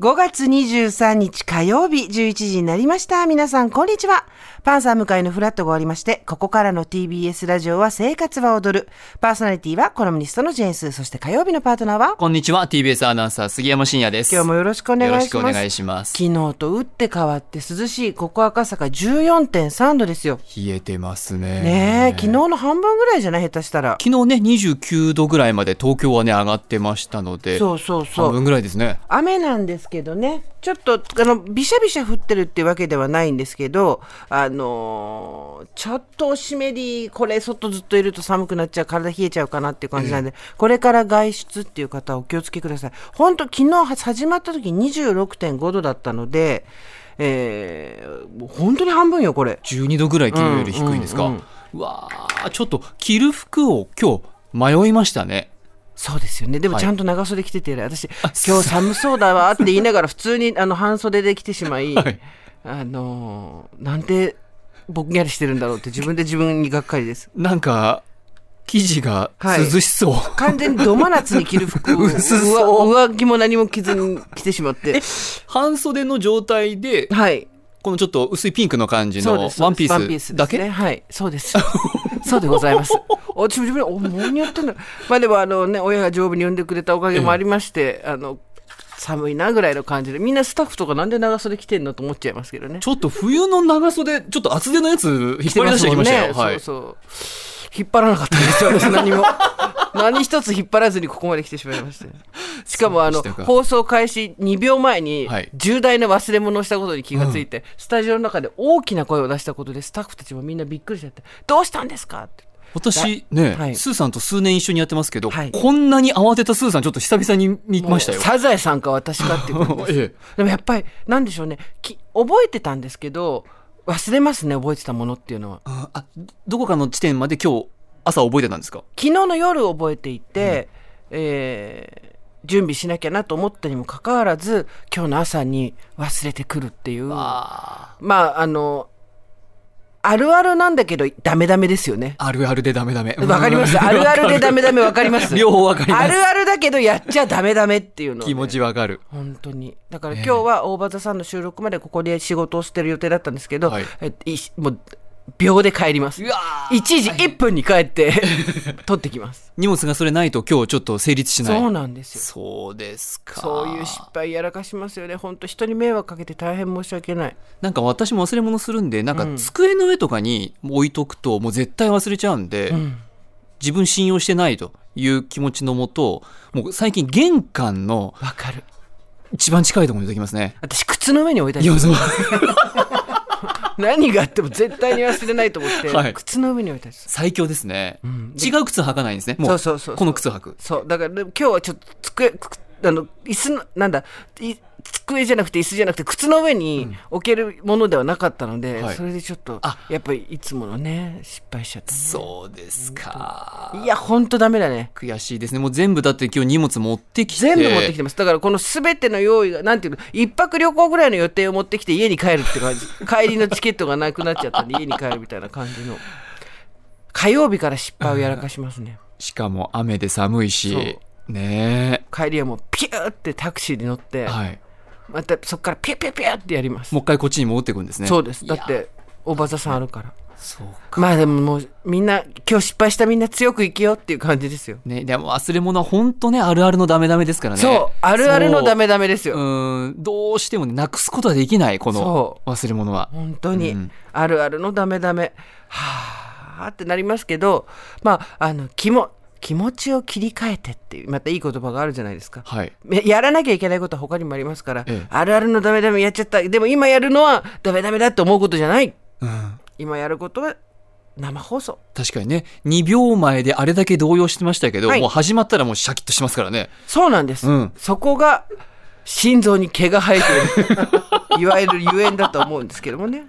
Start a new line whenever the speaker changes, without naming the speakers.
5月23日火曜日11時になりました。皆さん、こんにちは。パンサー向かいのフラットが終わりまして、ここからの TBS ラジオは生活は踊る。パーソナリティはコラムニストのジェーンス、そして火曜日のパートナーは
こんにちは TBS アナウンサー杉山真也です
今日もよろしくお願いします。
よろしくお願いします
昨日と打って変わって涼しい、ここ赤坂14.3度ですよ。
冷えてますね
ねえ、昨日の半分ぐらいじゃない下手したら。
昨日ね29度ぐらいまで東京はね上がってましたので
そうそうそ
半
う。
分ぐらいですね
雨なんですけどね、ちょっと、あの、びしゃびしゃ降ってるってわけではないんですけど、あのーちょっとおしめり、これ、外ずっといると寒くなっちゃう、体冷えちゃうかなっていう感じなんで、これから外出っていう方はお気をつけください。本当昨日始まった時26.5度だったので、えー、もう本当に半分よ、これ。
12度ぐらい昨日より低いんですか、
う
うん
うんうん
わーちょっと着る服を今日迷いましたね
そうですよね。でも
はい
ちゃんと長袖着てて、私、今日寒そうだわって言いながら、普通にあの半袖で来てしまい、
はい
あのーなんでぼんやりしてるんだろうって自分で自分にがっかりです。
なんか生地が
はい
涼しそう、
完全にど真夏に着る服を
薄 そう
上上着も何も着ずに着てしまって。
半袖の状態で
はい。
このちょっと薄いピンクの感じ
そう
のワ
で
ン
す。そうです
ピ
ワンピ
ー
ース
ス
で
だ
すね
け
はい。そうです。そうでござい ます。お自分自分でお何やってんだ。まあでもあのね親が丈夫に呼んでくれたおかげもありまして、あの寒いなぐらいの感じでみんなスタッフとかなんで長袖着てんのと思っちゃいますけどね。
ちょっと冬の長袖ちょっと厚手のやつ引っ張り出してきましたよ、はい
そうそう引っ張らなかったんですよ私 何も何一つ引っ張らずにここまで来てしまいましてしかもあの
そうでしたか
放送開始2秒前に
はい
重大な忘れ物をしたことに気がついて、スタジオの中で大きな声を出したことでスタッフたちもみんなびっくりしちゃって「どうしたんですか?」って
私ね、
はい
スーさんと数年一緒にやってますけど、
はい
こんなに慌てたスーさんちょっと久々に見ましたよ。
サザエさんか私かっていうことです
ええ
でもやっぱりなんでしょうねき覚えてたんですけど忘れますね覚えてたものっていうのは
ああどこかの地点まで今日朝覚えてたんですか
昨日の夜覚えていて、えー準備しなきゃなと思ったにもかかわらず今日の朝に忘れてくるっていうま
あ
ああのあるあるなんだけどダメダメですよね
あるあるでダメダメ。
わかります
うん
あるあるでダメダメわかります
両方わかります
あるあるだけどやっちゃダメダメっていうのをね、
気持ちわかる。
本当にだから今日は大場さんの収録までここで仕事をしてる予定だったんですけど、
はい
えいしもう秒で帰ります1時1分に帰って取ってきます
荷物がそれないと今日ちょっと成立 しない。
そうなんですよ
そうですか。
そういう失敗やらかしますよね本当人に迷惑かけて大変申し訳ない
なんか私も忘れ物するんで、なんか机の上とかに置いとくともう絶対忘れちゃうんで、
ん
自分信用してないという気持ちのもと、もう最近玄関の
わかる
一番近いところに置いてきますね。
私靴の上に置いた
い
り
や、そう。
何があっても絶対に忘れないと思って、
はい
靴の上に置いたりする
最強ですね、
ん
違う靴履かないんですねもう
そうそうそうそう
この靴履く
そうだからでも今日はちょっと机くあの椅子のなんだい机じゃなくて椅子じゃなくて靴の上に置けるものではなかったので、
はい
それでちょっと
あ
やっぱりいつものね失敗しちゃったね、
そうですか
いやほんとダメだね
悔しいですねもう全部だって今日荷物持ってきて
全部持ってきてます、だからこのすべての用意がなんていうの一泊旅行ぐらいの予定を持ってきて家に帰るって 感じ帰りのチケットがなくなっちゃったんで家に帰るみたいな感じの火曜日から失敗をやらかしますね
しかも雨で寒い
そ
し
う
ね
帰りはもうピューってタクシーに乗って、
えはい
またそこからピューピューピューってやります
もう一回こっちに戻ってくんですね
そうです
いや
だっておばさんあるから
そう
まあでももうみんな今日失敗したみんな強く生きようっていう感じですよ、
ねでも忘れ物は本当ねあるあるのダメダメですからね
そうあるあるのダメ
ダ
ダメですよ、
うんどうしてもねなくすことはできないこの
そ
忘れ物は
本当に、
うん
あるあるのダメダメはあってなりますけどまああの気も気持ちを切り替えてっていうまたいい言葉があるじゃないですか、
はい
ややらなきゃいけないことは他にもありますから、
ええ
あるあるのダメダメやっちゃったでも今やるのはダメダメだって思うことじゃない
うん
今やることは生放送
確かにね2秒前であれだけ動揺してましたけど、
はい
もう始まったらもうシャキッとしますからね
そうなんです、
うん
そこ が心臓に毛が生えているいわゆるゆえんだと思うんですけどもね